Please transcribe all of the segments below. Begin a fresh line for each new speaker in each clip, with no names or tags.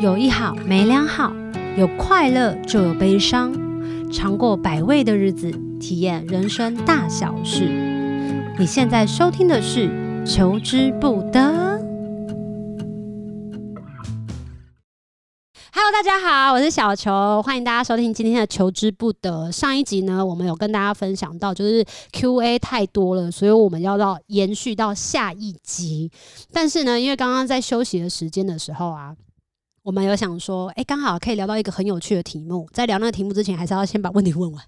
有一好没两好，有快乐就有悲伤，尝过百味的日子，体验人生大小事。你现在收听的是《求之不得》。Hello，大家好，我是小球，欢迎大家收听今天的《求之不得》。上一集呢，我们有跟大家分享到，就是 Q&A 太多了，所以我们要到延续到下一集。但是呢，因为刚刚在休息的时间的时候啊，我们有想说，哎、刚好可以聊到一个很有趣的题目。在聊那个题目之前，还是要先把问题问完。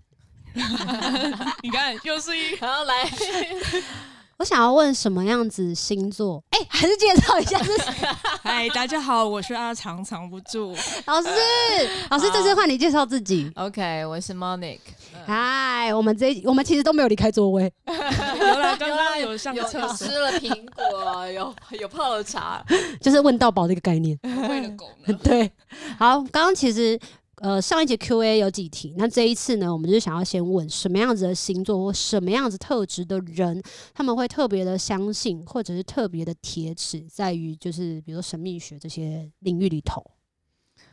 你看，又是一
然后来，
我想要问什么样子星座？哎、还是介绍一下 是谁
嗨，大家好，我是阿长，藏不住。
老师。老师，这次换你介绍自己。
OK，我是 Monic，
嗨，我们这一我们其实都没有离开座位，
有啦，刚刚有上
有
厕
有
所，
吃了苹果，有有泡了茶，
就是问到宝这个概念。
喂了狗呢。
对，好，刚刚其实呃上一节 Q&A 有几题，那这一次呢，我们就想要先问什么样子的星座或什么样子特质的人，他们会特别的相信，或者是特别的铁齿，在于就是比如说神秘学这些领域里头。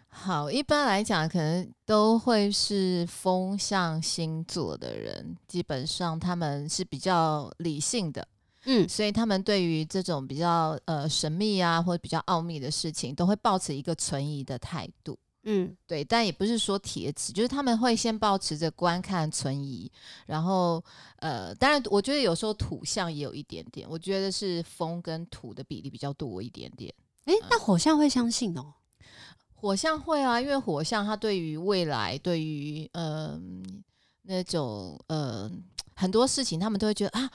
好，一般来讲，可能都会是风象星座的人，基本上他们是比较理性的，
嗯
所以他们对于这种比较呃神秘啊或者比较奥秘的事情，都会抱持一个存疑的态度。
嗯
对，但也不是说铁齿，就是他们会先保持着观看、存疑，然后呃，当然，我觉得有时候土象也有一点点，我觉得是风跟土的比例比较多一点点。
诶，那火象会相信哦、
火象会啊，因为火象它对于未来，对于嗯、那种呃很多事情，他们都会觉得啊，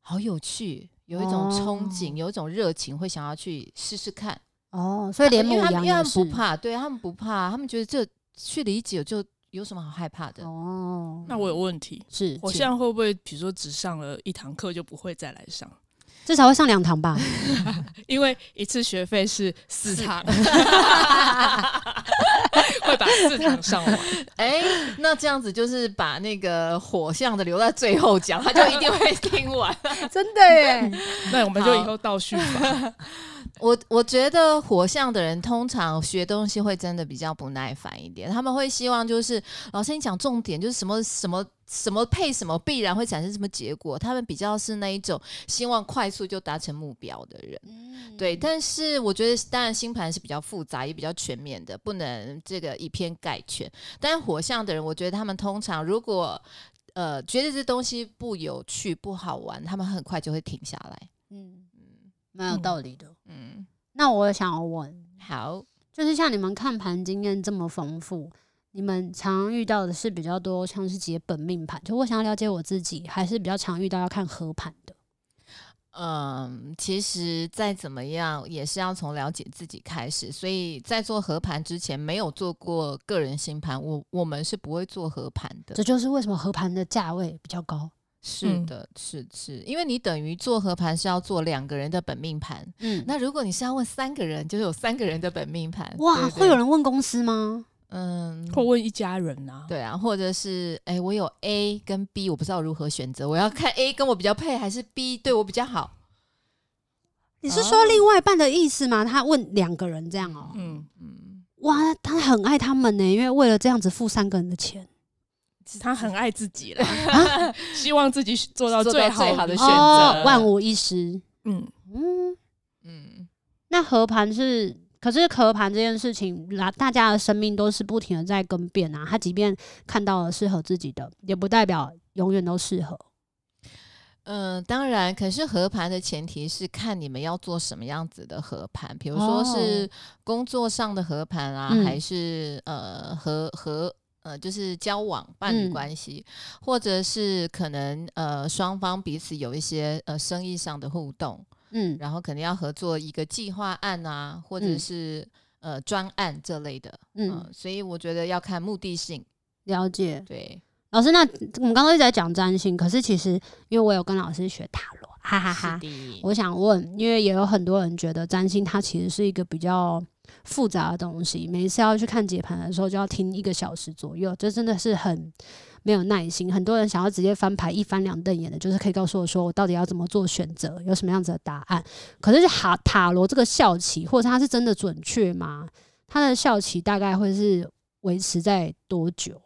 好有趣，有一种憧憬，有一种热情，会想要去试试看。
哦，所以连
因为
母
他们
羊
因为他
也
们
是
不怕，对他们不怕，他们觉得这去理解就有什么好害怕的。
哦，
那我有问题，
嗯
是
火
是
象会不会比如说只上了一堂课就不会再来上？
至少会上两堂吧？
因为一次学费是四 堂， 会把四堂上完。
哎、那这样子就是把那个火象的留在最后讲，他就一定会听完。
真的耶，
那我们就以后倒叙法。
我我觉得火象的人通常学东西会真的比较不耐烦一点，他们会希望就是老师你讲重点，就是什么什么什么配什么必然会产生什么结果，他们比较是那一种希望快速就达成目标的人。
嗯
对，但是我觉得，当然星盘是比较复杂，也比较全面的，不能这个以偏概全。但火象的人，我觉得他们通常如果呃觉得这东西不有趣、不好玩，他们很快就会停下来。
嗯，
嗯
蛮有道理的。
嗯，
那我想要问，
好，
就是像你们看盘经验这么丰富，你们常遇到的是比较多像是解本命盘，就我想要了解我自己，还是比较常遇到要看合盘的。
嗯，其实再怎么样也是要从了解自己开始，所以在做合盘之前，没有做过个人星盘，我我们是不会做合盘的。
这就是为什么合盘的价位比较高。
是
嗯
的，是是，因为你等于做合盘是要做两个人的本命盘，
嗯，
那如果你是要问三个人，就是有三个人的本命盘。
哇，
对不对
会有人问公司吗？
嗯，
或问一家人啊，
对啊，或者是哎，我有 A 跟 B，我不知道如何选择，我要看 A 跟我比较配，还是 B 对我比较好？
你是说另外一半的意思吗？他问两个人这样哦、
嗯，
哦嗯，
哇，他很爱他们呢、因为为了这样子付三个人的钱。
他很爱自己 了，希望自己做到
做
最
到
好
最好的选择
哦，万无一失。
嗯，
嗯，
嗯，
那合盘是，可是合盘这件事情，啦，大家的生命都是不停的在更变啊。他即便看到了适合自己的，也不代表永远都适合。
嗯，当然，可是合盘的前提是看你们要做什么样子的合盘，比如说是工作上的合盘
哦
啊，
嗯
还是呃合合呃就是交往伴侣
嗯
关系，或者是可能呃双方彼此有一些呃生意上的互动，
嗯，
然后可能要合作一个计划案啊，或者
嗯
是、呃专案这类的，嗯、
嗯
所以我觉得要看目的性，
了解。
对，
老师，那我们刚刚一直在讲占星，可是其实因为我有跟老师学塔罗啊，哈哈
是
哈。
的，
我想问，因为也有很多人觉得占星它其实是一个比较复杂的东西，每一次要去看解盘的时候就要听一个小时左右，这真的是很没有耐心。很多人想要直接翻牌一翻两瞪眼的，就是可以告诉我说我到底要怎么做选择，有什么样子的答案。可是塔塔罗这个校期，或者它是真的准确吗？它的校期大概会是维持在多久？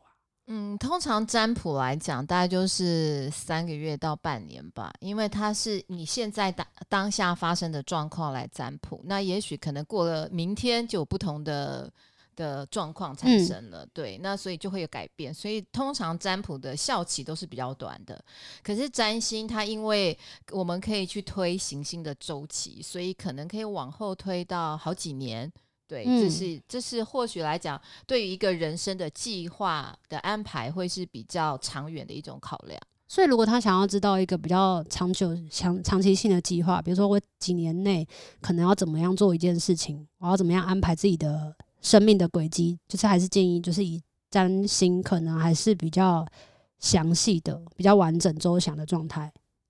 嗯，通常占卜来讲，大概就是三个月到半年吧，因为它是你现在当当下发生的状况来占卜，那也许可能过了明天就有不同的的状况产
嗯
生了，对，那所以就会有改变，所以通常占卜的效期都是比较短的。可是占星它因为我们可以去推行星的周期，所以可能可以往后推到好几年。对，这
嗯
是这是或许来讲，对于一个人生的计划的安排，会是比较长远的一种考量。
所以，如果他想要知道一个比较长久、长长期性的计划，比如说我几年内可能要怎么样做一件事情，我要怎么样安排自己的生命的轨迹，就是还是建议就是以占星可能还是比较详细的、比较完整周详的状态，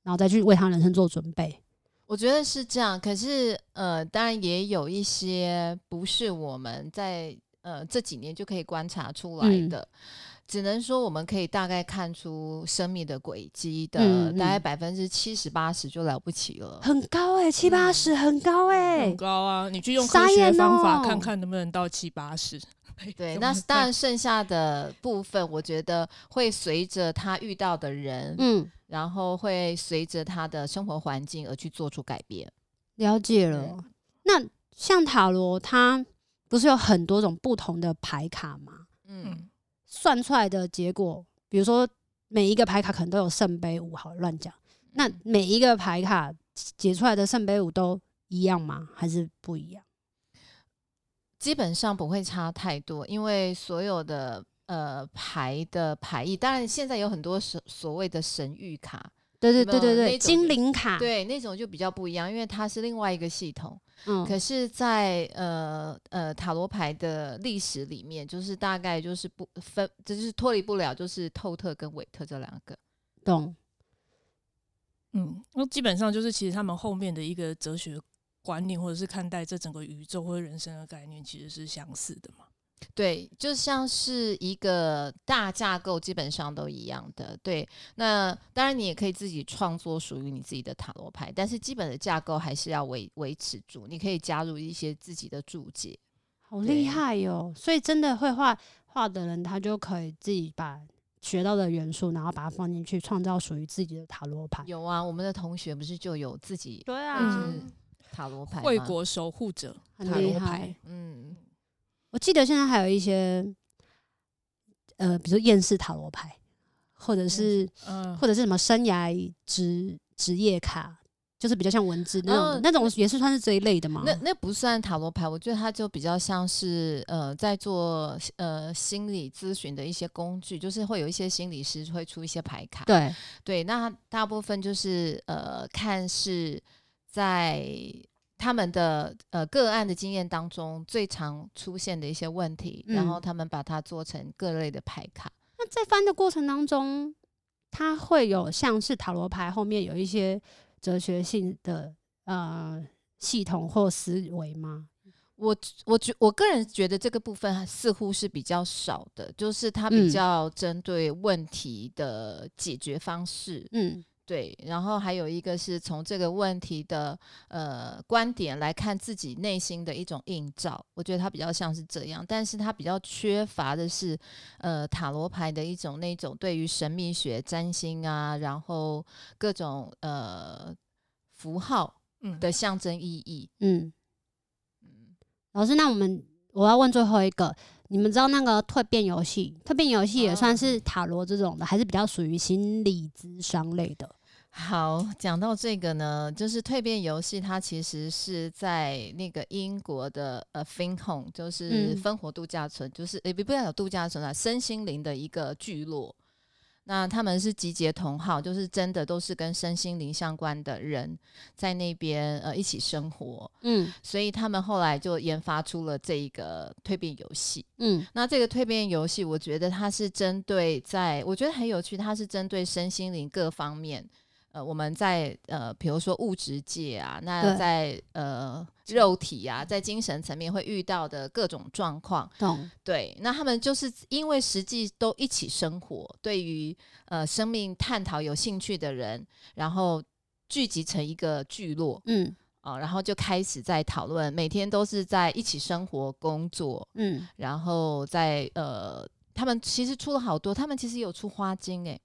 然后再去为他人生做准备。
我觉得是这样，可是呃，当然也有一些不是我们在呃这几年就可以观察出来
嗯
的，只能说我们可以大概看出生命的轨迹的，
嗯
大概
嗯
百分之七十八十就了不起了。
很高哎、七八十很高哎、
嗯很高啊！你去用
傻
科学
眼
方法
哦
看看能不能到七八十。
对，
怎
那
么
当
办
然剩下的部分，我觉得会随着他遇到的人，
嗯，
然后会随着他的生活环境而去做出改变。
了解了
对。
那像塔罗，它不是有很多种不同的牌卡吗？
嗯，
算出来的结果，比如说每一个牌卡可能都有圣杯五，好乱讲。
嗯
那每一个牌卡解出来的圣杯五都一样吗？还是不一样？
基本上不会差太多，因为所有的呃牌的牌意，当然现在有很多所所谓的神谕卡，
对对
有没
对
有
对
嗯那
对，
种
精灵卡，，
对那种就比较不一样，因为它是另外一个系统。
嗯，
可是在，呃呃塔罗牌的历史里面，就是大概就是不分，就是脱离不了就是透特跟韦特这两个。
懂。
嗯，那基本上就是其实他们后面的一个哲学观念，或者是看待这整个宇宙或者人生的概念，其实是相似的嘛。
对，就像是一个大架构，基本上都一样的。对，那当然你也可以自己创作属于你自己的塔罗牌，但是基本的架构还是要维维持住。你可以加入一些自己的注解。
好厉
对
害哟、所以真的会画画的人，他就可以自己把学到的元素，然后把它放进去，创造属于自己的塔罗牌。
有啊，我们的同学不是就有自己
对啊
就
嗯
是塔罗牌
惠
吗？
国守护者
很
塔
厉
罗
害
牌。。
嗯，
我记得现在还有一些，呃，比如说厌世塔罗牌，或者是
嗯，
或者是什么生涯职职业卡，就是比较像文字那种的、
嗯
那种也是算是这一类的嘛。
那那不算塔罗牌，我觉得它就比较像是呃，在做呃心理咨询的一些工具，就是会有一些心理师会出一些牌卡。
对，
对，那大部分就是呃，看是在他们的呃个案的经验当中最常出现的一些问题，然后
嗯
他们把它做成各类的牌卡。
那在翻的过程当中，它会有像是塔罗牌后面有一些哲学性的呃系统或思维吗？
我我觉我个人觉得这个部分还似乎是比较少的，就是它
嗯
比较针对问题的解决方式。
嗯，
对，然后还有一个是从这个问题的呃观点来看自己内心的一种映照，我觉得它比较像是这样，但是它比较缺乏的是呃塔罗牌的一种那种对于神秘学、占星啊，然后各种呃符号
嗯
的象征意义。
嗯，
嗯，
老师，那我们我要问最后一个，你们知道那个蜕变游戏？蜕变游戏也算
哦
是塔罗这种的，还是比较属于心理咨商类的？
好，讲到这个呢，就是蜕变游戏，它其实是在那个英国的呃 Fin Home，就是
嗯
烽火度假村，就是也不不要有度假村啊，身心灵的一个聚落。那他们是集结同好，就是真的都是跟身心灵相关的人在那边呃一起生活，
嗯
所以他们后来就研发出了这一个蜕变游戏。
嗯
那这个蜕变游戏，我觉得它是针对在，我觉得很有趣，它是针对身心灵各方面，呃我们在呃比如说物质界啊，那
对
在呃肉体啊，在精神层面会遇到的各种状况。
懂
对，那他们就是因为实际都一起生活，对于呃生命探讨有兴趣的人，然后聚集成一个聚落
嗯
啊、然后就开始在讨论，每天都是在一起生活、工作，
嗯，
然后在呃，他们其实出了好多，他们其实有出花精诶、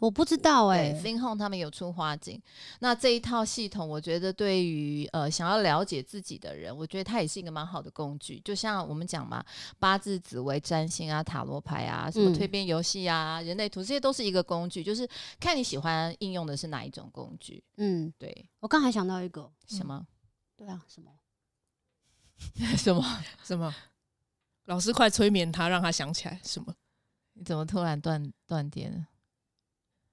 我不知道哎、
对 f i n h o m e 他们有出花精。那这一套系统，我觉得对于呃想要了解自己的人，我觉得它也是一个蛮好的工具。就像我们讲嘛，八字、紫微、占星啊、塔罗牌啊，什么
嗯
蜕变游戏啊、人类图，这些都是一个工具，就是看你喜欢应用的是哪一种工具。
嗯，
对，
我刚还想到一个，
什么、
对啊，什么？
什么？
什么？ 老师快催眠他，让他想起来什么
你怎么突然断断电了？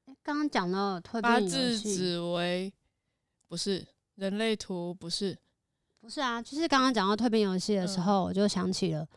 诶刚刚讲到蜕
八
变哦游
字
戏，
紫微，不是人类图，不是
不是啊，就是刚刚讲到蜕变游戏的时
嗯
候，我就想起了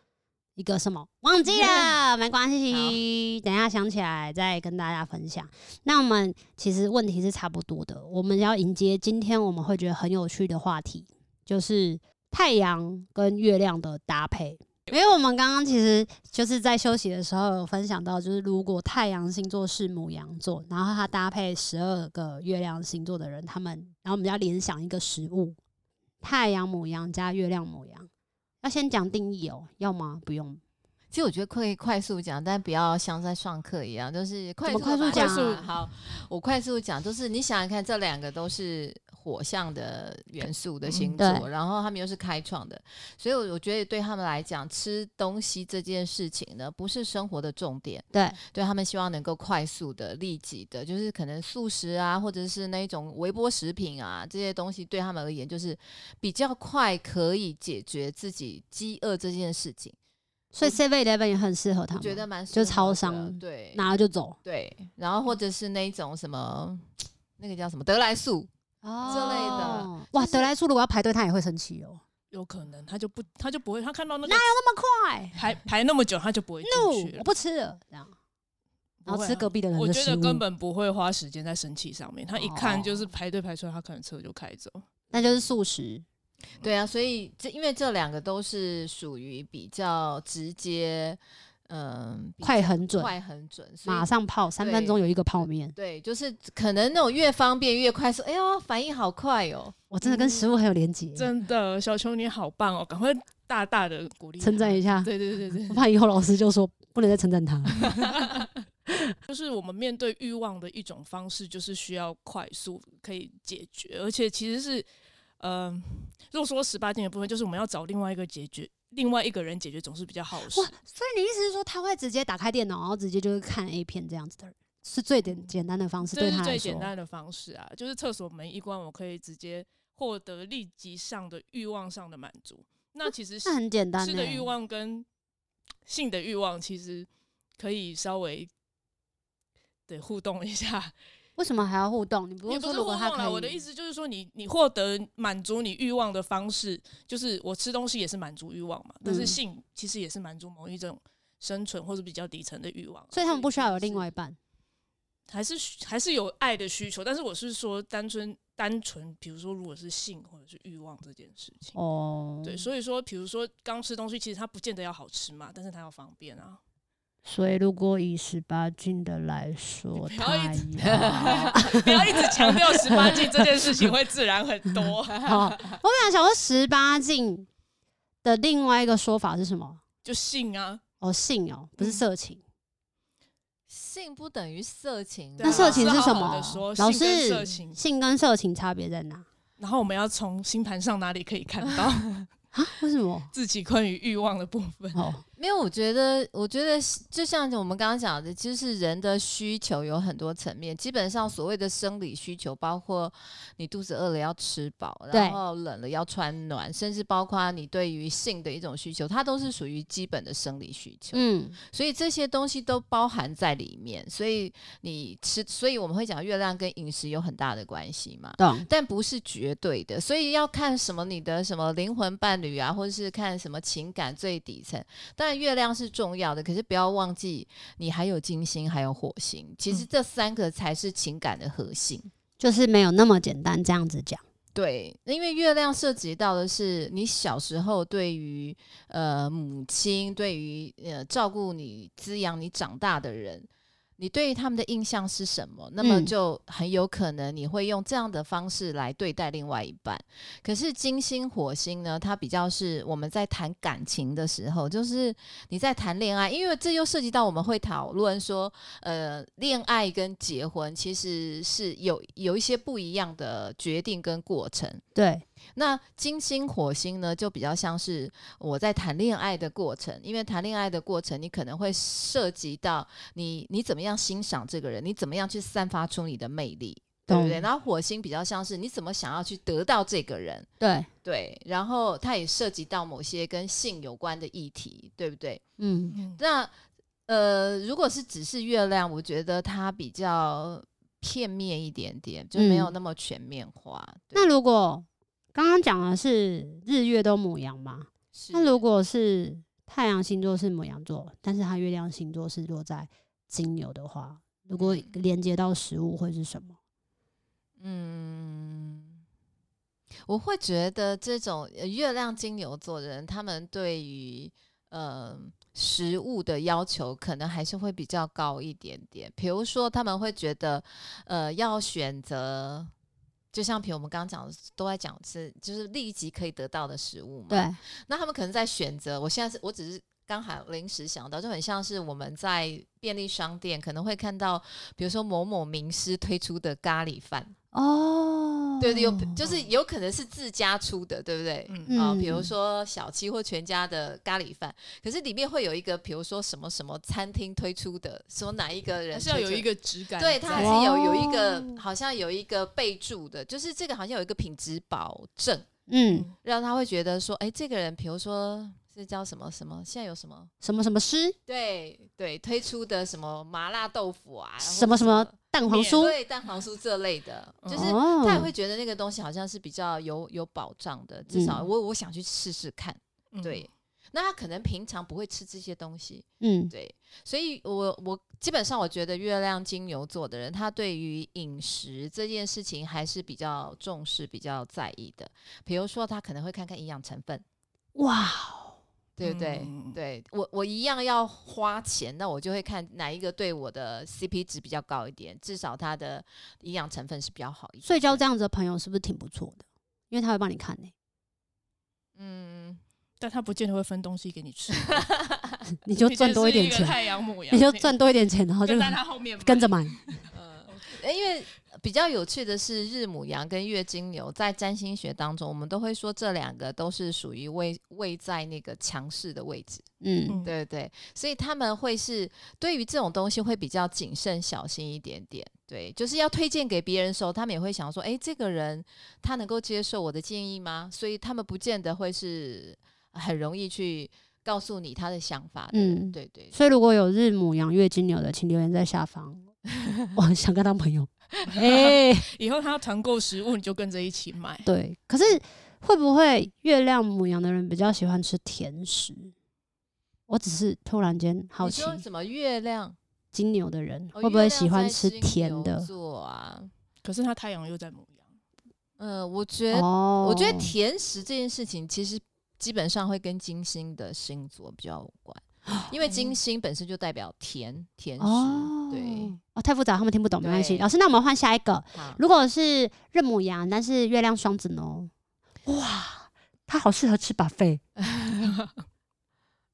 一个什么，忘记 了，啊没关系，等一下想起来再跟大家分享。那我们其实问题是差不多的，我们要迎接今天我们会觉得很有趣的话题，就是太阳跟月亮的搭配。因为我们刚刚其实就是在休息的时候有分享到，就是如果太阳星座是母羊座，然后它搭配十二个月亮星座的人，他们，然后我们要联想一个食物，太阳母羊加月亮母羊，要先讲定义哦，要吗？不用，
其实我觉得可以快速讲，但不要像在上课一样，就是快速
怎么快
地把
速讲
它
啊
好，我快速讲，就是你想想看，这两个都是火象的元素的星座，
嗯对
然后他们又是开创的，所以我我觉得对他们来讲，吃东西这件事情呢，不是生活的重点，
对，
对他们希望能够快速的、立即的，就是可能素食啊，或者是那一种微波食品啊，这些东西对他们而言，就是比较快可以解决自己饥饿这件事情。
所以 Seven Eleven 也很适合他
我
们，
觉得蛮
就
适合
超
的
商
对，
拿了就走
对，然后或者是那一种什么，那个叫什么德莱素，
哦
之类的。
哇，
就是
德莱素如果要排队，他也会生气哦。
有可能他就不他就不会，他看到那个
哪有那么快
排排那么久，他就不会进去
？No，
了
我。不啊吃了，这样，然
不
后
会啊
吃隔壁的人
我
的
觉
食
得
物。
根本不会花时间在生气上面，他一看就
哦
是排队排出来，他可能车就开走。
那就是素食，
对啊，所以这因为这两个都是属于比较直接，嗯，比
快
较
很准
快很准，所以
马上泡，三分钟有一个泡面。
对，就是可能那种越方便越快速，哎呀，反应好快哦，
我真的跟食物很有连结，
真的，小球你好棒哦，赶快大大的鼓励他
称赞一下。
对对对对
我，怕以后老师就说不能再称 赞他了。
就是我们面对欲望的一种方式，就是需要快速可以解决，而且其实是，呃，如果说十八禁的部分，就是我们要找另外一个解决，另外一个人解决总是比较耗时
哇。所以你意思是说，他会直接打开电脑，然后直接就是看 A 片这样子的人，是最简简单的方式，
这
对
嗯是
他来
最
说
简。单的方式啊，就是厕所门一关，我可以直接获得立即上的欲望上的满足。那其实
那很简单、欸。
吃的欲望跟性的欲望，其实可以稍微对互动一下。
为什么还要互动？ 你不
也
是
不
说
是
如
互
果他
动
可
啦，
以？
我的意思就是说你，你获得满足你欲望的方式，就是我吃东西也是满足欲望嘛，但是
嗯
性其实也是满足某一种生存或者比较底层的欲望啊、
所以他们不需要有
其实
另外一半。
还是需还是有爱的需求，但是我是说单纯单纯，比如说如果是性或者是欲望这件事情，
哦，
对，所以说比如说刚吃东西，其实它不见得要好吃嘛，但是它要方便啊。
所以如果以十八禁的来说，
不要
他
一
要
不要一直强调十八禁这件事情，会自然很 多。
好，我本来想说十八禁的另外一个说法是什么？
就性啊，
哦，性哦，不是
嗯
色情。
性不等于色情吧，
对啊
那色情
是
是什
好好
么
地说？
老
性跟
师
色，情
性跟色情差别在哪
然后我们要从星盘上哪里可以看 到
啊？为什 么？
自己关于欲望的部分？
哦，
没有，我觉得，我觉得是就像我们刚刚讲的，就是人的需求有很多层面。基本上所谓的生理需求，包括你肚子饿了要吃饱，
对
然后冷了要穿暖，甚至包括你对于性的一种需求，它都是属于基本的生理需求。
嗯，
所以这些东西都包含在里面。所以你吃，所以我们会讲月亮跟饮食有很大的关系嘛。
懂。
但不是绝对的，所以要看什么你的什么灵魂伴侣啊，或者是看什么情感最底层。当然月亮是重要的，可是不要忘记你还有金星，还有火星，其实
嗯
这三个才是情感的核心。
就是没有那么简单这样子讲。
对，因为月亮涉及到的是你小时候对于呃母亲，对于呃照顾你、滋养你长大的人，你对于他们的印象是什么？那么
嗯
就很有可能你会用这样的方式来对待另外一半。可是金星、火星呢，它比较是我们在谈感情的时候，就是你在谈恋爱，因为这又涉及到我们会讨论说，呃，恋爱跟结婚其实是有有一些不一样的决定跟过程。
对，
那金星、火星呢，就比较像是我在谈恋爱的过程，因为谈恋爱的过程，你可能会涉及到你你怎么样欣赏这个人，你怎么样去散发出你的魅力，对不
懂
对？然后火星比较像是你怎么想要去得到这个人，
对，
对，然后它也涉及到某些跟性有关的议题，对不对？
嗯，
嗯
那呃，如果是只是月亮，我觉得它比较片面一点点，就没有
嗯
那么全面化。对
那如果刚刚讲的是日月都母羊嘛，
是
那如果是太阳星座是母羊座，但是它月亮星座是落在金牛的话，如果
嗯
连接到食物会是什么？
嗯，我会觉得这种呃月亮金牛座的人，他们对于呃食物的要求可能还是会比较高一点点。比如说，他们会觉得呃要选择，就像比如我们刚刚讲的都在讲是就是立即可以得到的食物嘛。
对，
那他们可能在选择，我现在是我只是刚好临时想到，就很像是我们在便利商店可能会看到，比如说某某名师推出的咖喱饭，
哦，
对对，有就是有可能是自家出的，对不对？
嗯
嗯
啊、比如说小七或全家的咖喱饭，可是里面会有一个，比如说什么什么餐厅推出的，说哪一个
还
人
是要
推
有
出
一个质感在，
对，它还是有有一个
哦
好像有一个备注的，就是这个好像有一个品质保证，
嗯，
让他会觉得说，哎，这个人，比如说是叫什么什么，现在有什么？
什么什么师，
对对，推出的什么麻辣豆腐啊，
什么什么蛋黄
面
酥，
对蛋黄酥这类的，就是
哦
他也会觉得那个东西好像是比较有有保障的，至少
嗯
我我想去试试看。
嗯
对，那他可能平常不会吃这些东西，
嗯，
对，所以我我基本上我觉得月亮金牛座的人，他对于饮食这件事情还是比较重视、比较在意的。比如说，他可能会看看营养成分，
哇，
对不对？
嗯
对我我一样要花钱，那我就会看哪一个对我的 CP 值比较高一点，至少它的营养成分是比较好一点。
所以交这样子的朋友是不是挺不错的？因为他会帮你看呢、
嗯，
但它不见得会分东西给你吃，
你就
毕竟
赚多一
是
点
个
钱，
太阳母羊，
你就赚多一点钱，然后就
跟在它后面嗯买
跟着嗯买。
呃，因为比较有趣的是，日母羊跟月经牛在占星学当中，我们都会说这两个都是属于位位在那个强势的位置，
嗯，
嗯
对对，所以他们会是对于这种东西会比较谨慎小心一点点。对，就是要推荐给别人的时候，他们也会想说，诶，这个人他能够接受我的建议吗？所以他们不见得会是很容易去告诉你他的想法的。
嗯
对对，
所以如果有日母羊、月金牛的，请留言在下方。我很想跟他朋友。哎、
以后他团购食物，你就跟着一起买。
对，可是会不会月亮母羊的人比较喜欢吃甜食？我只是突然间好
你
奇，
说什么月亮、
金牛的人
哦
会不
月
会
亮
喜欢
在
吃
金
甜
牛
的？
座啊？
可是他太阳又在母羊，
呃，我觉得，
哦，
我觉得甜食这件事情，其实基本上会跟金星的星座比较有关，因为
哎
金星本身就代表甜甜食。
哦，
对，
哦，太复杂，他们听不懂，没关系。
对
老师，那我们换下一个。
好，
如果是日母羊，但是月亮双子呢？哇，他好适合吃把费。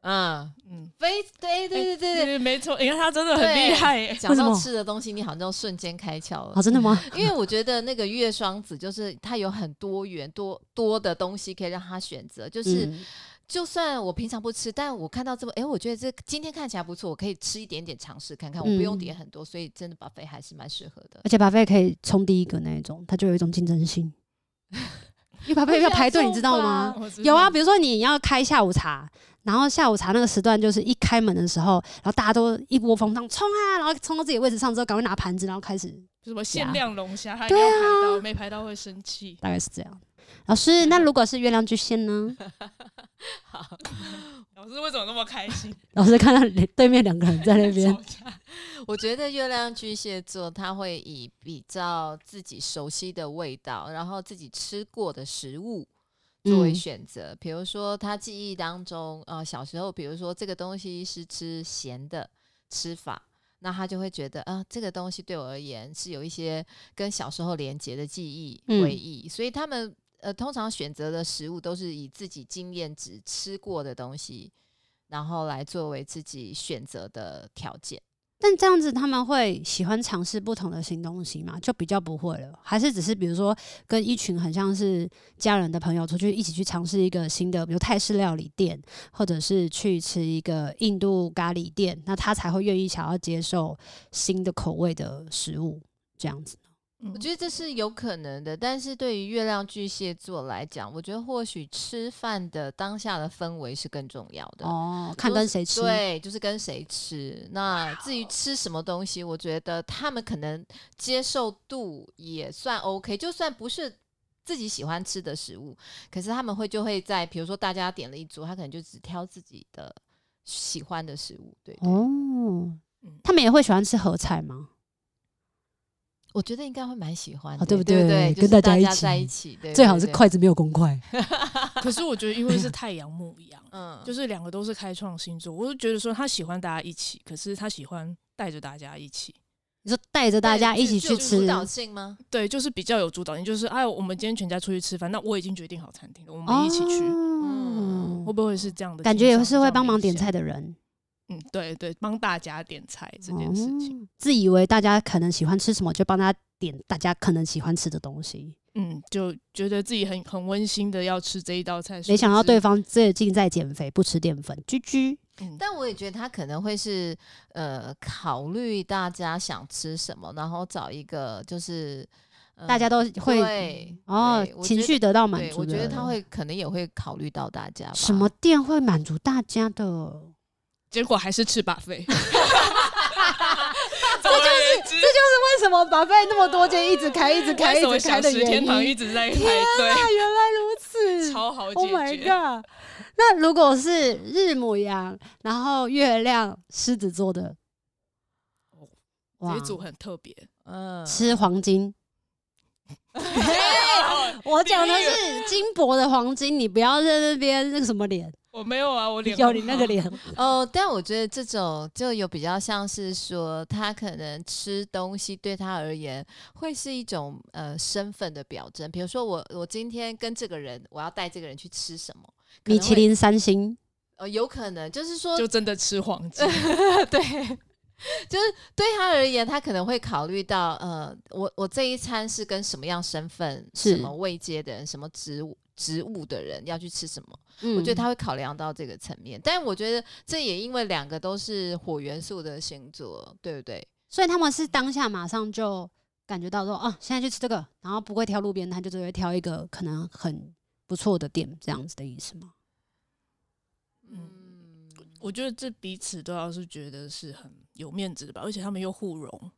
嗯，
嗯，
非对对对对对。
对，没错，你看他真的很厉害耶，
讲
哎为什
到
么
吃的东西，你好像瞬间开窍了
哦，，真的吗？
因为我觉得那个月双子就是它有很多元多多的东西可以让他选择，就是、
嗯
就算我平常不吃，但我看到这么，哎、我觉得这今天看起来不错，我可以吃一点点尝试看看，我不用
嗯
点很多，所以真的把肥还是蛮适合的。
而且把费可以冲第一个那一种，他就有一种竞争 性。因为把 费要排队，你知道吗？
我知道
有
嗯
啊，，比如说你要开下午茶，然后下午茶那个时段就是一开门的时候，然后大家都一窝蜂上冲啊，然后冲到自己的位置上之后，赶快拿盘子，然后开始，
什么限量龙虾，他一定要排到，没排到会生气。
大概是这样。老师，那如果是月亮巨蟹呢？
老师为什么那么开心？
老师看到对面两个人在那边
吵架
我觉得月亮巨蟹座，他会以比较自己熟悉的味道，然后自己吃过的食物作为
嗯
选择。比如说，他记忆当中，呃，小时候，比如说这个东西是吃咸的吃法，那他就会觉得，啊、这个东西对我而言是有一些跟小时候连结的记忆
嗯
回忆，所以他们。呃，通常选择的食物都是以自己经验值吃过的东西，然后来作为自己选择的条件。
但这样子他们会喜欢尝试不同的新东西嘛？就比较不会了，还是只是比如说跟一群很像是家人的朋友出去一起去尝试一个新的，比如泰式料理店，或者是去吃一个印度咖喱店，那他才会愿意想要接受新的口味的食物这样子。
嗯
我觉得这是有可能的，但是对于月亮巨蟹座来讲，我觉得或许吃饭的当下的氛围是更重要的。
哦，看跟谁吃，
对，就是跟谁吃。那至于吃什么东西，我觉得他们可能接受度也算 OK，就算不是自己喜欢吃的食物，可是他们会就会在，比如说大家点了一桌，他可能就只挑自己的喜欢的食物。对，对
哦
嗯，
他们也会喜欢吃合菜吗？
我觉得应该会蛮喜欢
哦
的，
对不
对？
对
就
跟大
是
家一
家在
起
一起，对，
最
对
好是
对
筷子没有公筷。
可是我觉得，因为是太阳牧羊，
嗯，
就是两个都是开创星座，我就觉得说他喜欢大家一起，可是他喜欢带着大家一起，
你说带着大
对
家一
自
起
具有
去
主
吃，
导性吗？
对，就是比较有主导性，就是哎，我们今天全家出去吃饭，那我已经决定好餐厅了，我们一起去，
哦
嗯
会不会是这样的倾向？
感觉也是
这
会
样
帮忙
的
点
影响
菜，的人
嗯，对对，帮大家点菜这件事情，
哦自以为大家可能喜欢吃什么，就帮他点大家可能喜欢吃的东西，
嗯，就觉得自己很很温馨的要吃这一道菜，
没想到
殊不知
对，方最近在减肥，不吃淀粉，居居。
嗯
但我也觉得他可能会是呃，考虑大家想吃什么，然后找一个就是、呃
大家都会
对
哦
对，我
情
觉得
绪得到满
对，
足。
我觉得他会可能也会考虑到大家吧
什么店会满足大家 的？
结果还是吃把 费，
这就是这就是为什么把费那么多间一直开一直开
为
一
什么
直开
小
的
食
原
天堂一
因。
直在排
天啊，
队，
原来如 此！
超好解
Oh my
决。
god！那如果是日母羊，然后月亮狮子座的，
这
哇
一，组很特别，
嗯，
吃黄 金。我讲的是金箔的黄金，你不要在那边那个什么脸，
我没有啊，我脸
有
很
你那
好
个 脸，
哦，但我觉得这种就有比较像是说，他可能吃东西对他而言会是一种呃身份的表征。比如说我我今天跟这个人，我要带这个人去吃什么，可
米
能
其
会
林三星，
呃有可能就是说
就真的吃黄 金，
对，就是对他而言，他可能会考虑到，呃，我我这一餐是跟什么样身份、
是
什么位阶的人、什么职务职务的人要去吃什么，
嗯，
我觉得他会考量到这个层面。但我觉得这也因为两个都是火元素的星座，对不对？
所以他们是当下马上就感觉到说，啊，现在去吃这个，然后不会挑路边摊，就只会挑一个可能很不错的店，这样子的意思吗？
嗯，
我觉得这彼此都要是觉得是很有面子的吧，而且他们又互融。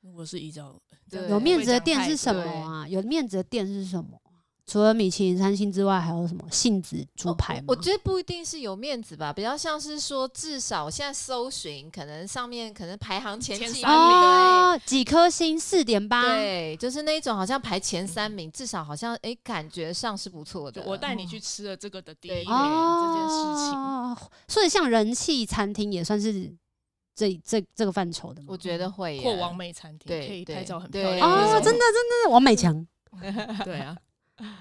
如果是依照这样
对
有
子
面
会
子的
讲
店
太
是什么
多
啊？有面子的店是什么啊？除了米其林三星之外，还有什么杏子
哦
猪排吗？
哦我觉得不一定是有面子吧，比较像是说，至少现在搜寻可能上面可能排行前
前
几
三名
对
哦，几颗星四点八，
对，就是那一种好像排前三名，至少好像诶，感觉上是不错的
就。我带你去吃了这个的第一名
对
这件事情，
哦，所以像人气餐厅也算是这这这个范畴的吗
我？觉得
啊
会耶
或 完美餐厅
对
可以
对
拍照很
对
漂亮
哦，
美
那种
那种
真的真的王美强
对啊，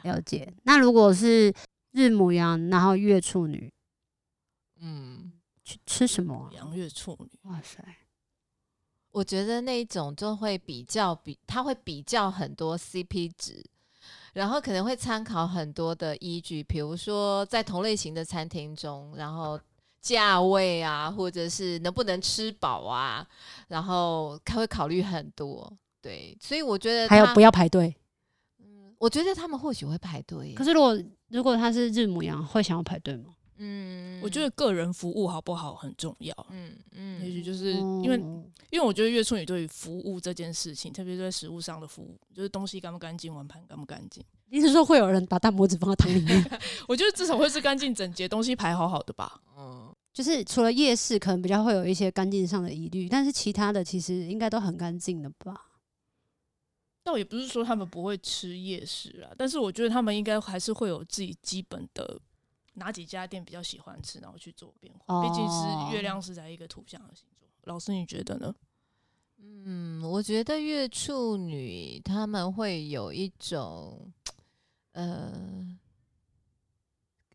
了解。那如果是日母羊，然后月处女，
嗯，
去吃什么、啊？
杨月处女，
哇塞，
我觉得那一种就会比较比，他会比较很多 CP 值，然后可能会参考很多的依据，比如说在同类型的餐厅中，然后。价位啊，或者是能不能吃饱啊，然后他会考虑很多，对，所以我觉
呃
得
还有
他
不，要排队。
我觉得他们或许会排队耶，
可是如果如果他是日母羊，会想要排队吗？
嗯，
我觉得个人服务好不好很重要。
嗯嗯，
也许就是因为，
哦
因为我觉得月处女对于服务这件事情，特别是在食物上的服务，就是东西干不干净，碗盘干不干净，
你是说会有人把大拇指放到汤里面？
我觉得至少会是干净整洁，东西排好好的吧。
嗯，
就是除了夜市可能比较会有一些干净上的疑虑，但是其他的其实应该都很干净的吧？
倒也不是说他们不会吃夜市啊，但是我觉得他们应该还是会有自己基本的哪几家店比较喜欢吃，然后去做变化。毕竟
哦
是月亮是在一个图像的星座，老师你觉得呢？
嗯，我觉得月处女他们会有一种，呃，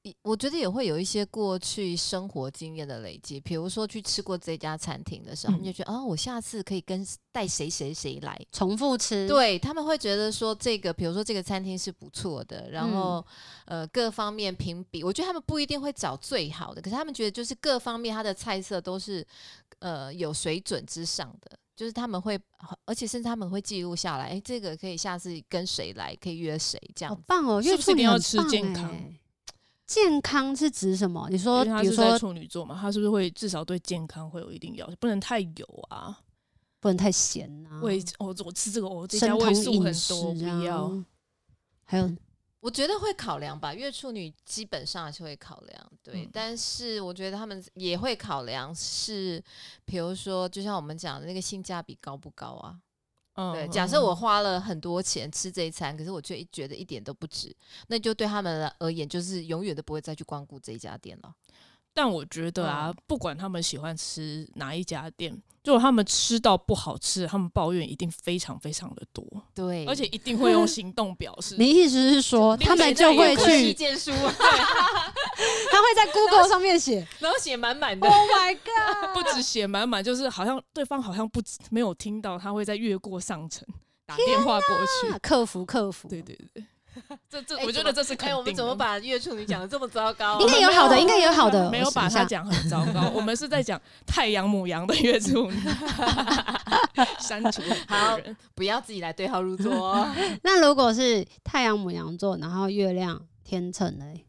一我觉得也会有一些过去生活经验的累积。比如说去吃过这家餐厅的时候，他们就
嗯
觉得啊，我下次可以跟带谁谁谁来。
重复吃，，
对他们会觉得说这个，比如说这个餐厅是不错的，然后、呃各方面评比，我觉得他们不一定会找最好的，可是他们觉得就是各方面它的菜色都是呃有水准之上的，就是他们会，而且甚至他们会记录下来，哎，这个可以下次跟谁来，可以约谁这样
好
子。
棒哦！
是
月
不
处
是一
女
定要
很
吃
棒
健康
欸健康是指什么？你
因
说，
为他
呃比如
是在
说
处女座嘛，他是不是会至少对健康会有一定要求，不能太油啊，
不能太咸啊，
味我哦我吃这个我这
生
家
酮
味素
饮
很
食
多，
啊
不要。，嗯
还有
我觉得会考量吧，因为处女基本上还是会考量，对。
嗯
但是我觉得他们也会考量是，比如说，就像我们讲的那个性价比高不高啊？
嗯
对，假设我花了很多钱吃这一餐，可是我却一觉得一点都不值，那就对他们而言，就是永远都不会再去光顾这一家店了。
但我觉得
嗯
啊，不管他们喜欢吃哪一家店，如果他们吃到不好吃的，他们抱怨一定非常非常的多，
对，
而且一定会用行动表 示。
你意思是说，
就
他们就会
另外一
去，
荐书，
他会在 Google 上面 写
啊 然后写满满的。
，Oh my god！
不止写满满，就是好像对方好像不知没有听到，他会再越过上层打电话过去。
客服客服，
对对对，这这、
哎
我觉得这是肯定
哎，
的。
我们怎么把月处女讲的这么糟 糕、
哦应该有好的，应该有好的，
没
我
有
想
把
一
它
下
讲很糟 糕？我们是在讲太阳母羊的月处女，删除很多人。
不要自己来对号入座、哦。
那如果是太阳母羊座，然后月亮天秤嘞，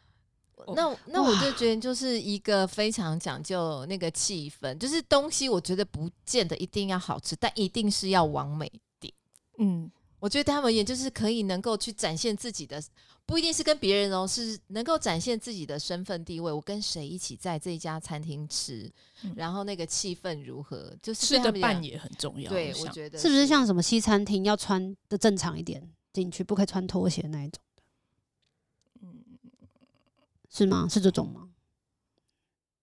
那那我就觉得就是一个非常讲究那个气氛，就是东西我觉得不见得一定要好吃，但一定是要完美点。
嗯，
我觉得对他们也就是可以能够去展现自己的，不一定是跟别人哦，是能够展现自己的身份地位。我跟谁一起在这一家餐厅吃，
嗯
然后那个气氛如何，就是
吃的扮
演。
也很重要。
对，我
想
觉得
是不是像什么西餐厅要穿的正常一点进去，不可以穿拖鞋那一种的？
嗯
是吗？是这种吗？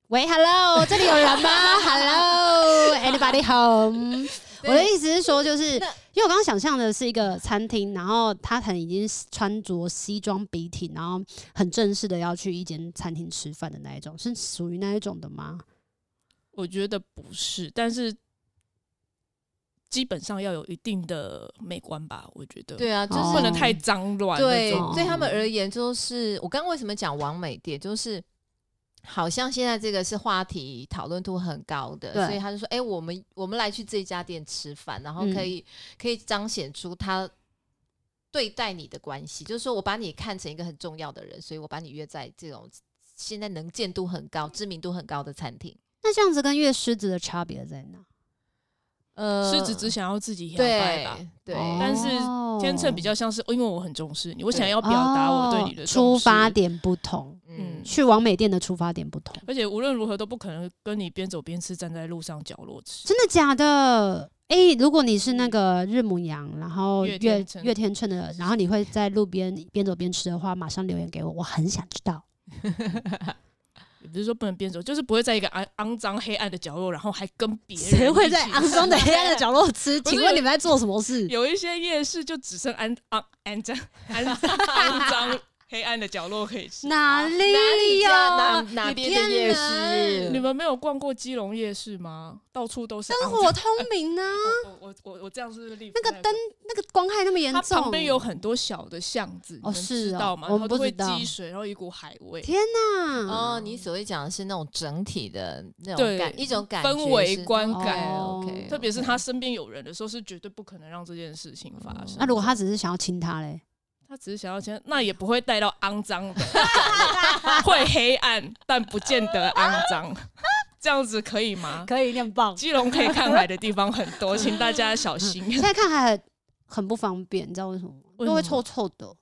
喂，Hello，这里有人吗 ？Hello，anybody home？
对
我的意思是说，就是因
那
为我刚刚想象的是一个餐厅，然后他很已经穿着西装笔挺，然后很正式的要去一间餐厅吃饭的那一种，是属于那一种的吗？
我觉得不是，但是基本上要有一定的美观吧，我觉得。
对啊，就是
哦
不能太脏乱那
对
种。
种，
对他们而言，就是我刚刚为什么讲完美点，就是好像现在这个是话题讨论度很高的，
对
所以他就说，哎、我们我们来去这家店吃饭，然后
嗯
可以、可以彰显出他。对待你的关系，就是说我把你看成一个很重要的人，所以我把你约在这种现在能见度很高、知名度很高的餐厅。
那这样子跟月狮子的差别在哪？
呃
狮子只想要自己摇摆
对
吧，
对，
哦
但是天秤比较像是，哦因为我很重视你，我想要表达我对你的
哦
重
出
视
发。点不同，
嗯
嗯，
去完美店的出发点不同，
而且无论如何都不可能跟你边走边吃，站在路上角落吃。
真的假的？诶，如果你是那个日母羊，然后月
月天秤
月天秤的，然后你会在路边边走边吃的话，马上留言给我，我很想知道。
也不是说不能边走，就是不会在一个肮肮脏黑暗的角落，然后还跟别人
谁会
一
在
起
肮脏的黑暗的角落吃？
不是
请问你们在做什么事？
有一些夜市就只剩肮肮肮脏肮肮脏黑暗的角落可以吃。
哪
里
里有？
家哪哦哪边的夜市
骗人
你们没有逛过基隆夜市吗？到处都是
灯
肮
火
脏。
通明啊，
我我我我这样是不是立
那个
不在
灯那个光害那么严
它
重，
旁边有很多小的巷子，
哦
你们
是
知
哦
道吗？
我
然后
不
都会
知道
积水，然后一股海味，
天哪！
哦，你所谓讲的是那种整体的那种
嗯对
感，一种感觉
氛围
是
观
感
哦 OK，
特别是他身边有人的时候，是绝对不可能让这件事情发生。
那如果他只是想要亲他嘞？
他只是想要钱，那也不会带到肮脏 的，会黑暗，但不见得肮脏，这样子可以吗？
可以，你很棒。
基隆可以看海的地方很多，请大家小心。
现在看还很很不方便，你知道为什么吗？
为什么
都会臭臭的，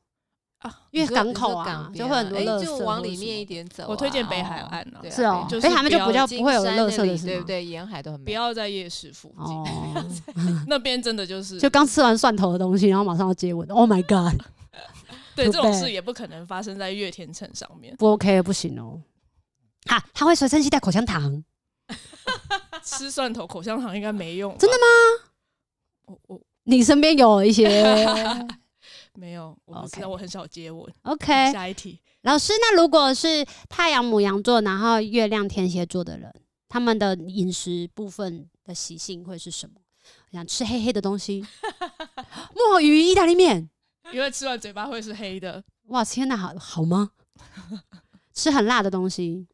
啊，
因为港口
你说港
啊，
边
就会很多
哎
垃圾。
就往里面一，点走啊。
我推荐北海岸啊
对啊，
是哦，
就是
所以他们就比较
金
不会有
山
垃
那
圾的
里
是
对
吗
不？对？沿海都很
不
美。
要在夜市附近，
哦，
那边真的就是
就刚吃完蒜头的东西，然后马上要接吻，Oh my god，
对
就
这种
被。
事也不可能发生在月田城上面
不 OK 不行哦。啊，他会随身携带口香糖，
吃蒜头口香糖应该没用吧，
真的
吗？我我
你身边有一 些
没有，我不知
OK
道，我很少接吻。
OK。
下一题，
老师，那如果是太阳母羊座，然后月亮天蝎座的人，他们的饮食部分的习性会是什么？想吃黑黑的东西，墨鱼意大利面，
因为吃完嘴巴会是黑的，
哇，天哪，好好吗？吃很辣的东西，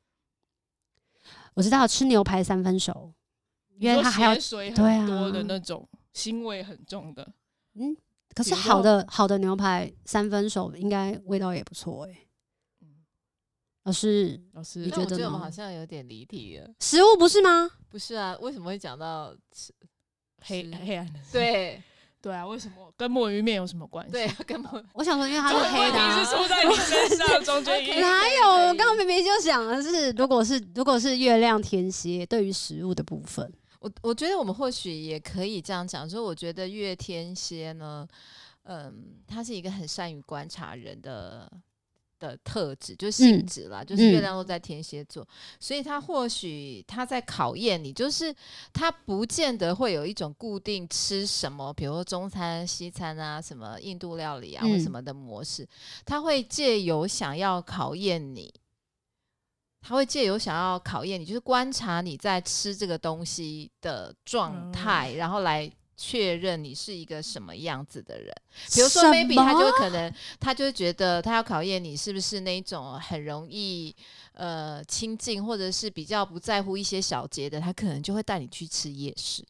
我知道吃牛排三分熟，因为
你说
它还要
血水
对
很
啊
多的那种，腥味很重的。
嗯，可是
比如
好
说
的好的牛排三分熟应该味道也不错哎、老师，
老师，
你
那
觉
我
得
觉得我
呢
们好像有点离题了。
食物不是吗？
不是啊，为什么会讲到吃？
黑
是
黑暗的？
对
对啊，为什么跟墨鱼面有什么关系？
对，根本
我想说，因为它
这
是
个
黑
问
的、
题是
啊。
出在你身上，中间一
可以
哪
可以
有？
可以
我刚刚明明就想的是，如果是如果是月亮天蝎对于食物的部分，
我我觉得我们或许也可以这样讲，说我觉得月天蝎呢，嗯，他是一个很善于观察人的。的特质就是性质啦，就是月亮落在天蝎座，所以他或许他在考验你，就是他不见得会有一种固定吃什么，比如说中餐、西餐啊，什么印度料理啊、
嗯
或什么的模式，他会借由想要考验你，他会借由想要考验你，就是观察你在吃这个东西的状态，
嗯
然后来确认你是一个什么样子的人。比如说
什
，maybe 他就会
么
可能，他就会觉得他要考验你是不是那一种很容易呃亲近，或者是比较不在乎一些小节的，他可能就会带你去吃夜市。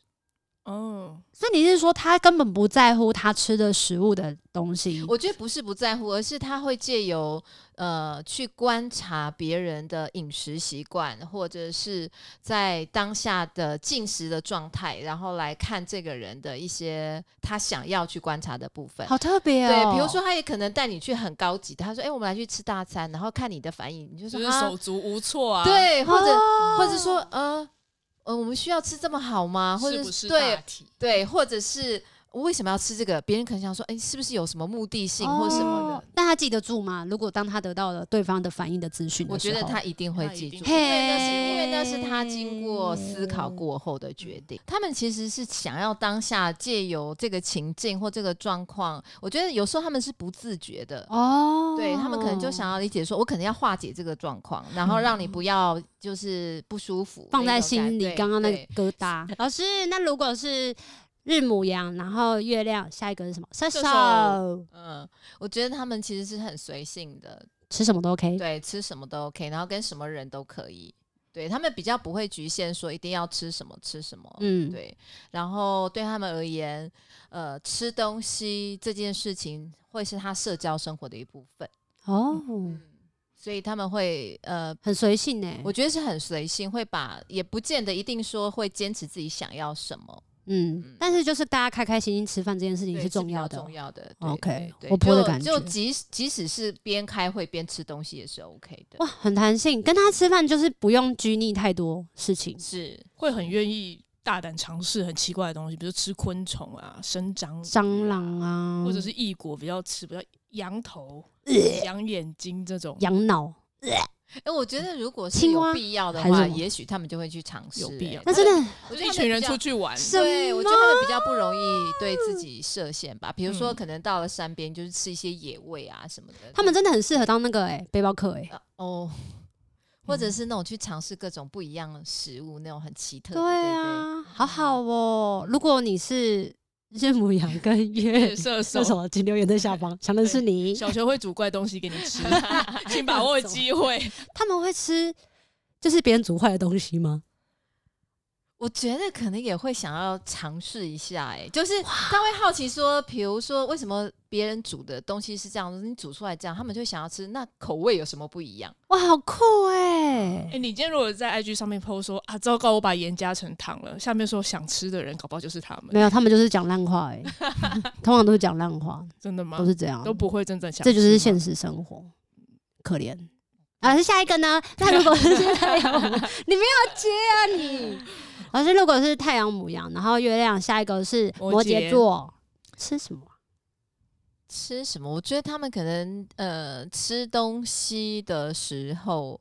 哦，
那你是说他根本不在乎他吃的食物的东西？
我觉得不是不在乎，而是他会借由呃去观察别人的饮食习惯，或者是在当下的进食的状态，然后来看这个人的一些他想要去观察的部分。
好特别哦、
对，比如说，他也可能带你去很高级的，他说：“哎、我们来去吃大餐。”然后看你的反应，你就
就
说：“
是
啊
手足无措啊。，
对，或者、
哦
或者说，呃，呃，我们需要吃这么好吗？或者
是不是
对
大体？
对，或者是为什么要吃这个？别人可能想说，哎、是不是有什么目的性或什么的？
哦那他记得住吗？如果当他得到了对方的反应的资讯的
我觉得
时候
他一定会
他一
记
定
住，
会
因为那是因为那
嘿
是他经过思考过后的决定。他们其实是想要当下借由这个情境或这个状况，我觉得有时候他们是不自觉的。
哦，
对他们可能就想要理解说，我可能要化解这个状况，然后让你不要就是不舒服，
放在
那种感
心里
对
刚刚那
对
个疙 瘩。老师，那如果是日母羊，然后月亮，下一个是什么？射
射
手
手
嗯，我觉得他们其实是很随性的，
吃什么都 OK。
对，吃什么都 OK，然后跟什么人都可以。对他们比较不会局限说一定要吃什么吃什么，
嗯，
对，然后对他们而言，呃，吃东西这件事情会是他社交生活的一部分，
哦，
嗯所以他们会呃，
很随性呢。
我觉得是很随性，会把也不见得一定说会坚持自己想要什么，
嗯，但是就是大家开开心心吃饭这件事情
对
是重
比
要
较
的
重。要的。对
OK，
对对
活泼的
就
感
就
觉
即使即使是边开会边吃东西也是 OK 的，
哇，很弹性，跟他吃饭就是不用拘泥太多事情。
是
会很愿意大胆尝试很奇怪的东西，比如吃昆虫啊、生长鱼啊
蟑螂啊，
或者是异国比较吃比较羊头、羊眼睛这种，
呃羊脑，
哎、我觉得如果是
青
有
蛙
必要的
还是
话，
什么
也许他们就会去尝试、
有必要
哎
那
但
真的
我觉得
一
他们
群人
比较
出去玩，
什
对，我觉得
么
他们比较不容易对自己设限吧。比如说，
嗯
可能到了山边，就是吃一些野味啊什么的。
他们真的很适合当那个哎背包客哎。
呃哦，或
嗯
者是那种去尝试各种不一样的食物，那种很奇特的。
对啊，好好哦。如果你是日母羊跟月
是射
射
手。
手，请留言在下 方，想的是你。
小球会煮怪东西给你吃，请把握机会。
他们会吃就是别人煮坏的东西吗？
我觉得可能也会想要尝试一下、欸，哎，就是他会好奇说，比如说为什么别人煮的东西是这样，你煮出来这样，他们就会想要吃，那口味有什么不一样？
哇，好酷哎、
哎、你今天如果在 IG 上面 PO 说啊，糟糕，我把盐加成糖了，下面说想吃的人，搞不好就是他们
没，有，他们就是讲烂话 哎、通常都是讲烂话，
真的吗
都？是这样，
都不会真正想吃
这
吗，
就是现实生活，可怜。老师，下一个 呢？那如果是太阳母，你没有接啊 你。老师，如果是太阳母羊，然后月亮，下一个是
摩
摩羯
羯
座，吃什么啊？
吃什么？我觉得他们可能呃吃东西的时候，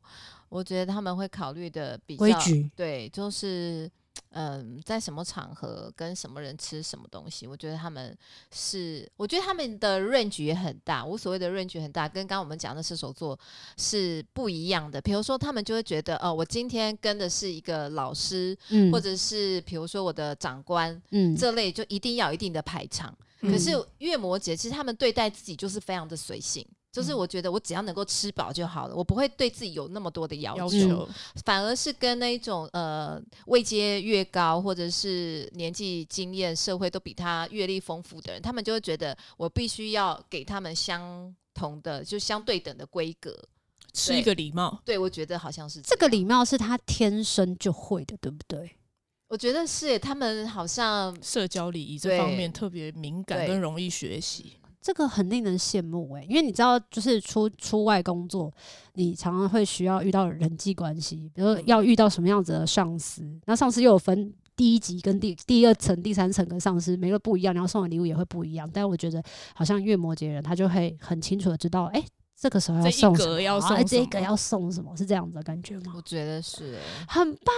我觉得他们会考虑的比较
规矩
对，就是嗯、在什么场合跟什么人吃什么东西，我觉得他们是，我觉得他们的 range 也很大。我所谓的 range 很大，跟刚刚我们讲的射手座是不一样的。比如说，他们就会觉得，哦、我今天跟的是一个老师，
嗯
或者是比如说我的长官
嗯，
这类，就一定要有一定的排场。
嗯
可是月摩羯其实他们对待自己就是非常的随性，就是
嗯
我觉得我只要能够吃饱就好了，我不会对自己有那么多的要
要
求，
求，
反而是跟那一种呃位阶越高或者是年纪、经验、社会都比他阅历丰富的人，他们就会觉得我必须要给他们相同的就相对等的规格。
吃一个礼貌。
对我觉得好像是
这个
样
礼貌是他天生就会的，对不对？
我觉得是耶他们好像
社交礼仪这方
对
面特别敏感
对
跟容易学习，
这个很令人羡慕哎、因为你知道，就是出出外工作，你常常会需要遇到人际关系，比如说要遇到什么样子的上司，那上司又有分第一级跟第第二层、第三层跟上司，每个不一样，然后送的礼物也会不一样。但我觉得，好像月摩羯人他就会很清楚的知道，哎、这个时候要
这一
送
格
什么，
要
啊
送
这一
什
个
么
要送什么，是这样子的感觉吗
我？觉得是耶
很棒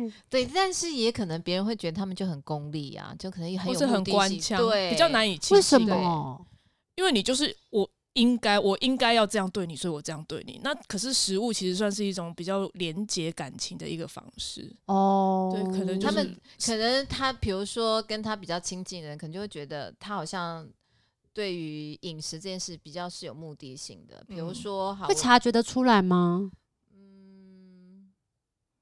哎、
对，但是也可能别人会觉得他们就很功利啊，就可能很
或
有
是
目
很
的
官
性
腔，
对，
比较。难以亲近。
为什
对
么？
因为你就是我应该，我应该要这样对你，所以我这样对你。那可是食物其实算是一种比较连接感情的一个方式，
哦，
对，可能、就是、
他们可能他比如说跟他比较亲近的人，可能就会觉得他好像对于饮食这件事比较是有目的性的。比如
嗯
说，好，
会
我
察觉得出来吗？
嗯，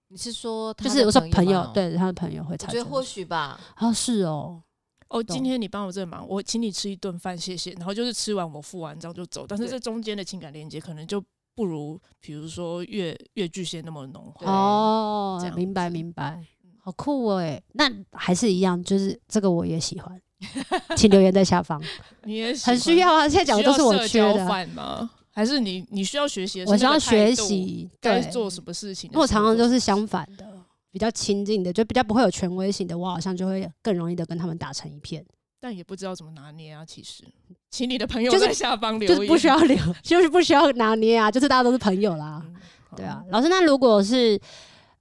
你是说他
就是
的
我说朋
朋
友
啊
吗，，
对他的朋友会
我
察
觉
觉
得
得
或
出
许吧，
哦，是哦，
哦，
懂
今天你帮我这个忙，我请你吃一顿饭，谢谢。然后就是吃完我付完账就走，但是
对
这中间的情感连接可能就不如，比如说越越巨蟹那么浓厚。
对
这
哦，
样
明白
子
明白
嗯，
好酷哎！那还是一样，就是这个我也喜欢， 请留言在下 方，
你也喜欢
很需要啊。现在讲的都是我
需
缺
要社交
的，啊
饭吗？还是你你需要学习的是
我需
那
要
个态
学
度，
习，
该
对，
做什么事情的
因
时
为
候
我
做什
常
么
常
事情？
都是相反的，比较亲近的，就比较不会有权威性的，我好像就会更容易的跟他们打成一片，
但也不知道怎么拿捏啊。其实，请你的朋友
就是
在下方留言，
就是不需要留， 就是不需要拿捏啊，就是大家都是朋友啦。
嗯
对啊，，老师，那如果是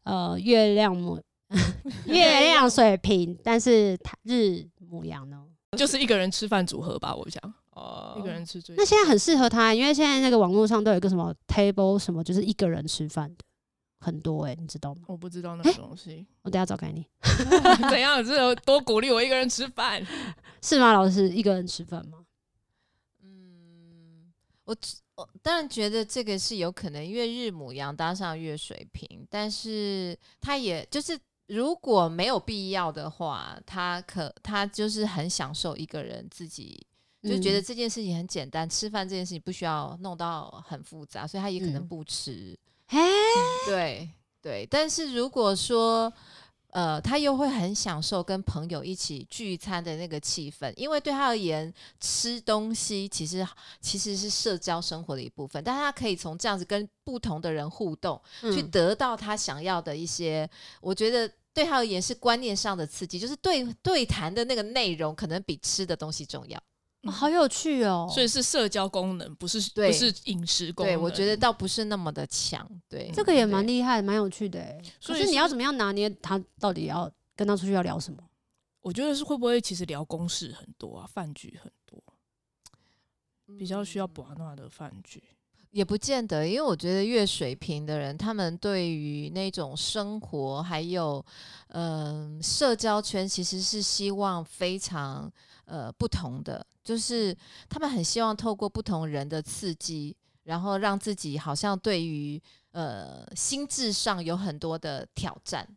呃月亮母 月亮水瓶，但是它日母羊呢？
好就是一个人吃饭组合吧，我想
哦
一个人吃最。
那现在很适合欸他，因为现在那个网络上都有一个什么 table 什么，就是一个人吃饭的很多哎、你知道吗？
我不知道那
哎
个东西
我等一下找给你，
怎样，只有多鼓励我一个人吃饭。
是吗？老师一个人吃饭吗？
嗯，我只我当然觉得这个是有可能，因为日母羊搭上月水瓶，但是他也就是如果没有必要的话，他可他就是很享受一个人自己。就觉得
嗯
这件事情很简单，吃饭这件事情不需要弄到很复杂，所以他也可能
嗯
不 吃。
嘿、
对对，但是如果说呃，他又会很享受跟朋友一起聚餐的那个气氛，因为对他而言，吃东西其实其实是社交生活的一部分，但他可以从这样子跟不同的人互动，去
嗯
得到他想要的一些，我觉得。对他而言是观念上的刺激，就是对对谈的那个内容可能比吃的东西重要。
哦好有趣哦、
所以是社交功能，不是
对
不是饮食功能。
对我觉得倒不是那么的强。对，
这个也蛮
对
厉害，蛮有趣的、欸。可
所以
是你
是
要怎么样拿捏他到底要跟他出去要聊什么？
我觉得是会不会其实聊公事很多啊，饭局很多，比较需要
嗯
博纳的饭局。
也不见得，因为我觉得越水平的人，他们对于那种生活还有嗯、社交圈，其实是希望非常呃不同的，就是他们很希望透过不同人的刺激，然后让自己好像对于呃心智上有很多的挑战。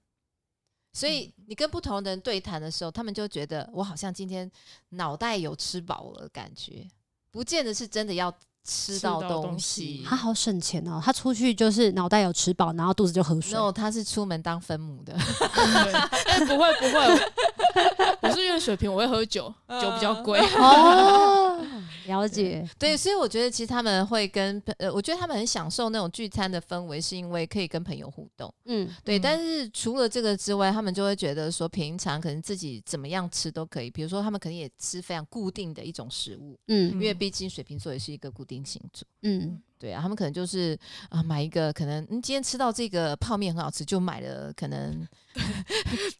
所以你跟不同的人对谈的时候，他们就觉得我好像今天脑袋有吃饱了感觉，不见得是真的要吃
吃
到
到
东
东
西
西。
他好省钱哦，他出去就是脑袋有吃饱，然后肚子就喝水。
no，他是出门当分母的，
对，哎，不会不会， 我是月水瓶，我会喝酒，
嗯
酒比较贵。
哦，了解，
对，所以我觉得其实他们会跟呃，我觉得他们很享受那种聚餐的氛围，是因为可以跟朋友互动。
嗯，
对，
嗯
但是除了这个之外，他们就会觉得说，平常可能自己怎么样吃都可以，比如说他们可能也吃非常固定的一种食物，
嗯
因为毕竟水瓶座也是一个固定星座。
嗯，
对啊，他们可能就是啊、买一个可能，嗯，今天吃到这个泡面很好吃，就买了可能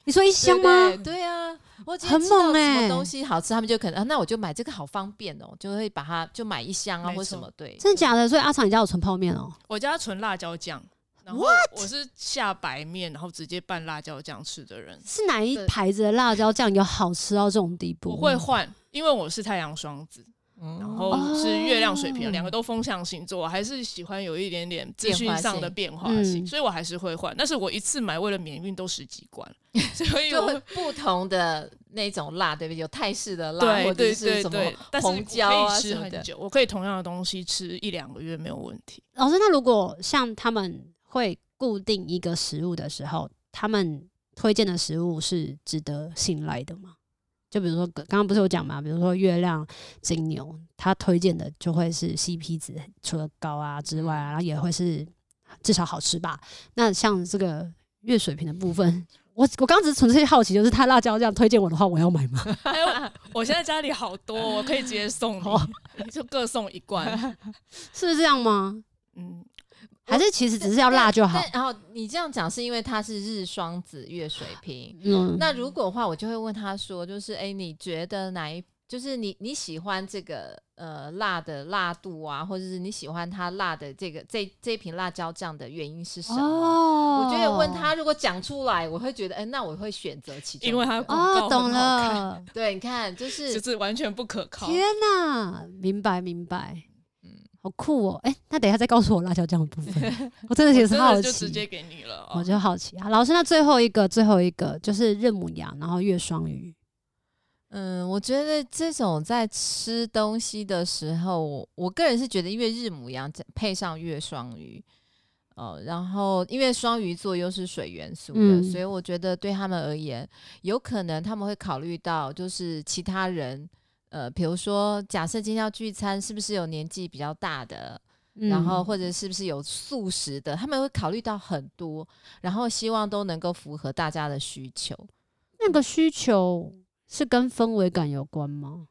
你说一
对
箱
不
吗？
对？对啊，我今天
很
吃到
猛
什么
欸
东西好吃，他们就可能啊，那我就买这个好方便哦，就会把它就买一箱啊
没
或什
错
么，对，
真的假的？所以阿长你家有存泡面哦？
我家纯辣椒酱，然后我是下白面，然后直接拌辣椒酱吃的人。
是哪一
对
牌子的辣椒酱有好吃到这种地步？
我会换，因为我是太阳双子，
嗯
然后是月亮水
哦
瓶，两、个都风象星座，我还是喜欢有一点点资讯上的变化
变化性
性，
嗯
所以我还是会换。但是我一次买为了免运都十几 罐，所以
就会
我
不同的那种辣，对不对？有泰式的辣，或
对对
者是
对
什么
对，但是我可
红椒啊
以吃
什么
很
的。
久，我可以同样的东西吃一两个月没有问 题。
老师，那如果像他们会固定一个食物的时候，他们推荐的食物是值得信赖的吗？就比如说刚刚不是有讲嘛，比如说月亮金牛，他推荐的就会是 CP 值除了高啊之外啊，然后也会是至少好吃吧。那像这个月水平的部分，我我刚刚只是纯粹好奇，就是他辣椒酱推荐我的话，我要买吗？
还有，我现在家里好多，我可以直接送
哦
你，你就各送一 罐。
是不是这样吗？
嗯，
还是其实只是要辣就好
但？然后你这样讲是因为他是日双子月水瓶，
嗯，
那如果的话，我就会问他说，就是哎、诶你觉得哪一？就是你你喜欢这个呃辣的辣度啊，或者是你喜欢它辣的这个这这瓶辣椒酱的原因是什么？
哦
我觉得问他，如果讲出来，我会觉得，哎、那我会选择其中一个。
因为他广告
哦，
很
懂
好看
了。
对，你看，就是
就是完全不可靠。
天哪，明白明白，嗯
嗯，
好酷哦！哎、那等一下再告诉我辣椒酱的部 分，我真的也是
真
好
的
奇，
就直接给你了、
我
哦。
就好奇啊。老师，那最后一个最后一个就是日母羊，然后月双鱼，
嗯，我觉得这种在吃东西的时候，我我个人是觉得，因为日母羊再配上月双鱼，哦，然后因为双鱼座又是水元素的，
嗯
所以我觉得对他们而言，有可能他们会考虑到就是其他人，呃，比如说假设今天要聚餐，是不是有年纪比较大的，
嗯
然后或者是不是有素食的，他们会考虑到很多，然后希望都能够符合大家的需求。
那个需求是跟氛围感有关吗？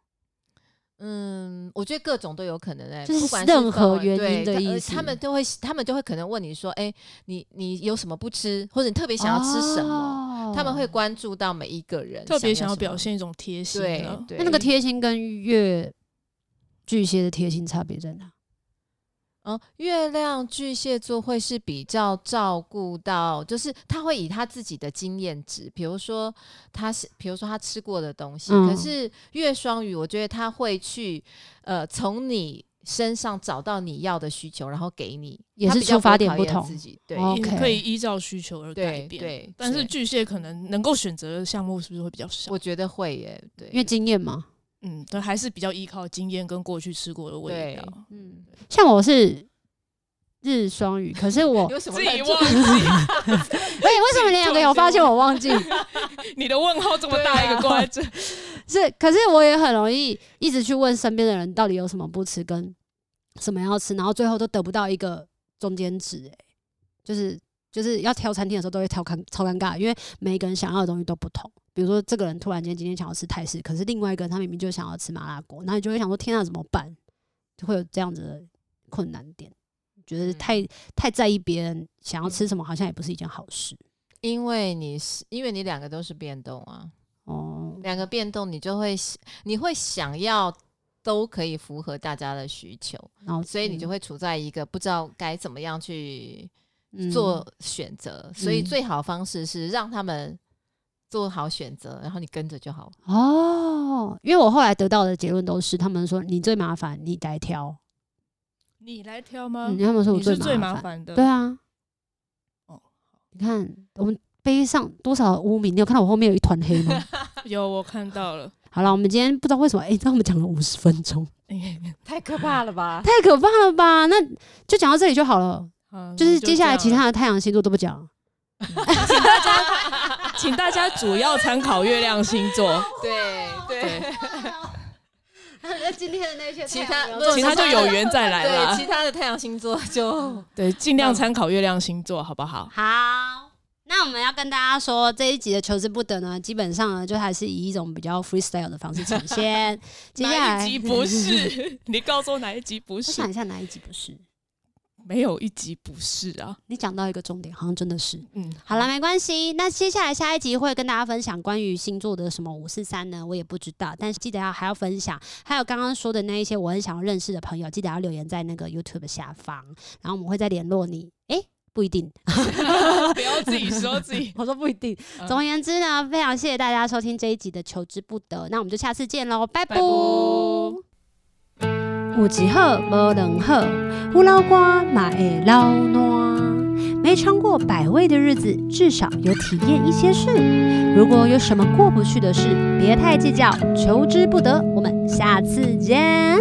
嗯，我觉得各种都有可能哎、
就是
不管
任何
氛围
原
对
因的
他
意
呃
思
他们都会，他们就会可能问你说，哎、你你有什么不吃，或者你特别想要吃什么，
哦
他们会关注到每一个人，
特别想
想要
要
什
表
么。
现一种贴心
对
啊，
对，
那那个贴心跟月巨蟹的贴心差别在哪？
哦，月亮巨蟹座会是比较照顾到，就是他会以他自己的经验值，比如说他是，比如说他吃过的东西。
嗯
可是月双鱼，我觉得他会去，呃，从你身上找到你要的需求，然后给你，
也
他
是
比较
出发
会
点
考
不
验
同
自己对。
哦
也
OK
可以依照需求而改
对
变。
对，
但是
对
巨蟹可能能够选择的项目是不是会比较少？
我觉得会耶，对，
因为经验嘛，
嗯，对，还是比较依靠经验跟过去吃过的味道。
嗯，像我是日双鱼，可是我
你为什么
自
会
己
做
忘 记
哎、为什么你两个有发现我忘 记？
你的问号这么大一个 挂在这，
是，可是我也很容易一直去问身边的人到底有什么不吃跟什么要吃，然后最后都得不到一个中间值、欸，就是就是要挑餐厅的时候都会挑尴超尴尬，因为每一个人想要的东西都不同。比如说，这个人突然间今天想要吃泰式，可是另外一个人他明明就想要吃麻辣锅，然后你就会想说：天啊，怎么办？就会有这样子的困难点，觉得
嗯
太、太在意别人想要吃什么，好像也不是一件好事
因为你是，因为你两个都是变动啊，
哦。
两个
嗯
变动，你就会喜你会想要都可以符合大家的需求，
然后，
所以你就
会
会处在一个不知道该怎么样去做选择，所以
嗯
最好的方式是让他们做好选择，然后你跟着就 好了。
哦，因为我后来得到的结论都是，他们说你最麻烦，你来挑。嗯
你来挑吗？
嗯，他们说我
嗯你是
最
最
麻
麻
烦。
烦的。
对啊，
哦，
你看我们背上多少的污名？你有看到我后面有一团黑 吗？
有我看到了，
好了，我们今天不知道为什么，哎、让我们讲了五十分钟，
太可怕了吧？
太可怕了吧？那就讲到这里就好了，
好
就是接下来其，
那
他的太阳星座都不讲。
这样请大家主要参考月亮星 座，
对对，
那今天的那些
其他不
其他就有缘再来
对
啦
其。他的太阳星座就
对，尽量参考月亮星座，好不好？
好，那我们要跟大家说，这一集的求之不得呢，基本上呢，就还是以一种比较 freestyle 的方式呈 现。接下
哪一集
来，
不是？你告诉我哪一集不
我
是
想？一下哪一集不是？
没有一集不是啊。
你讲到一个重点，好像真的是。
嗯，
好了，没关系。那接下来下一集会跟大家分享关于星座的什么五四三呢？我也不知道，但是记得要还要分享，还有刚刚说的那一些我很想要认识的朋友，记得要留言在那个 YouTube 下方，然后我们会再联络你。诶、不一定，
不要自己说自己。
我说不一定。
嗯
总而言之呢，非常谢谢大家收听这一集的求之不得，那我们就下次见喽，拜拜
拜拜。
有一好无两好，有老瓜嘛会老烂。没尝过百味的日子，至少有体验一些事。如果有什么过不去的事，别太计较，求之不得。我们下次见。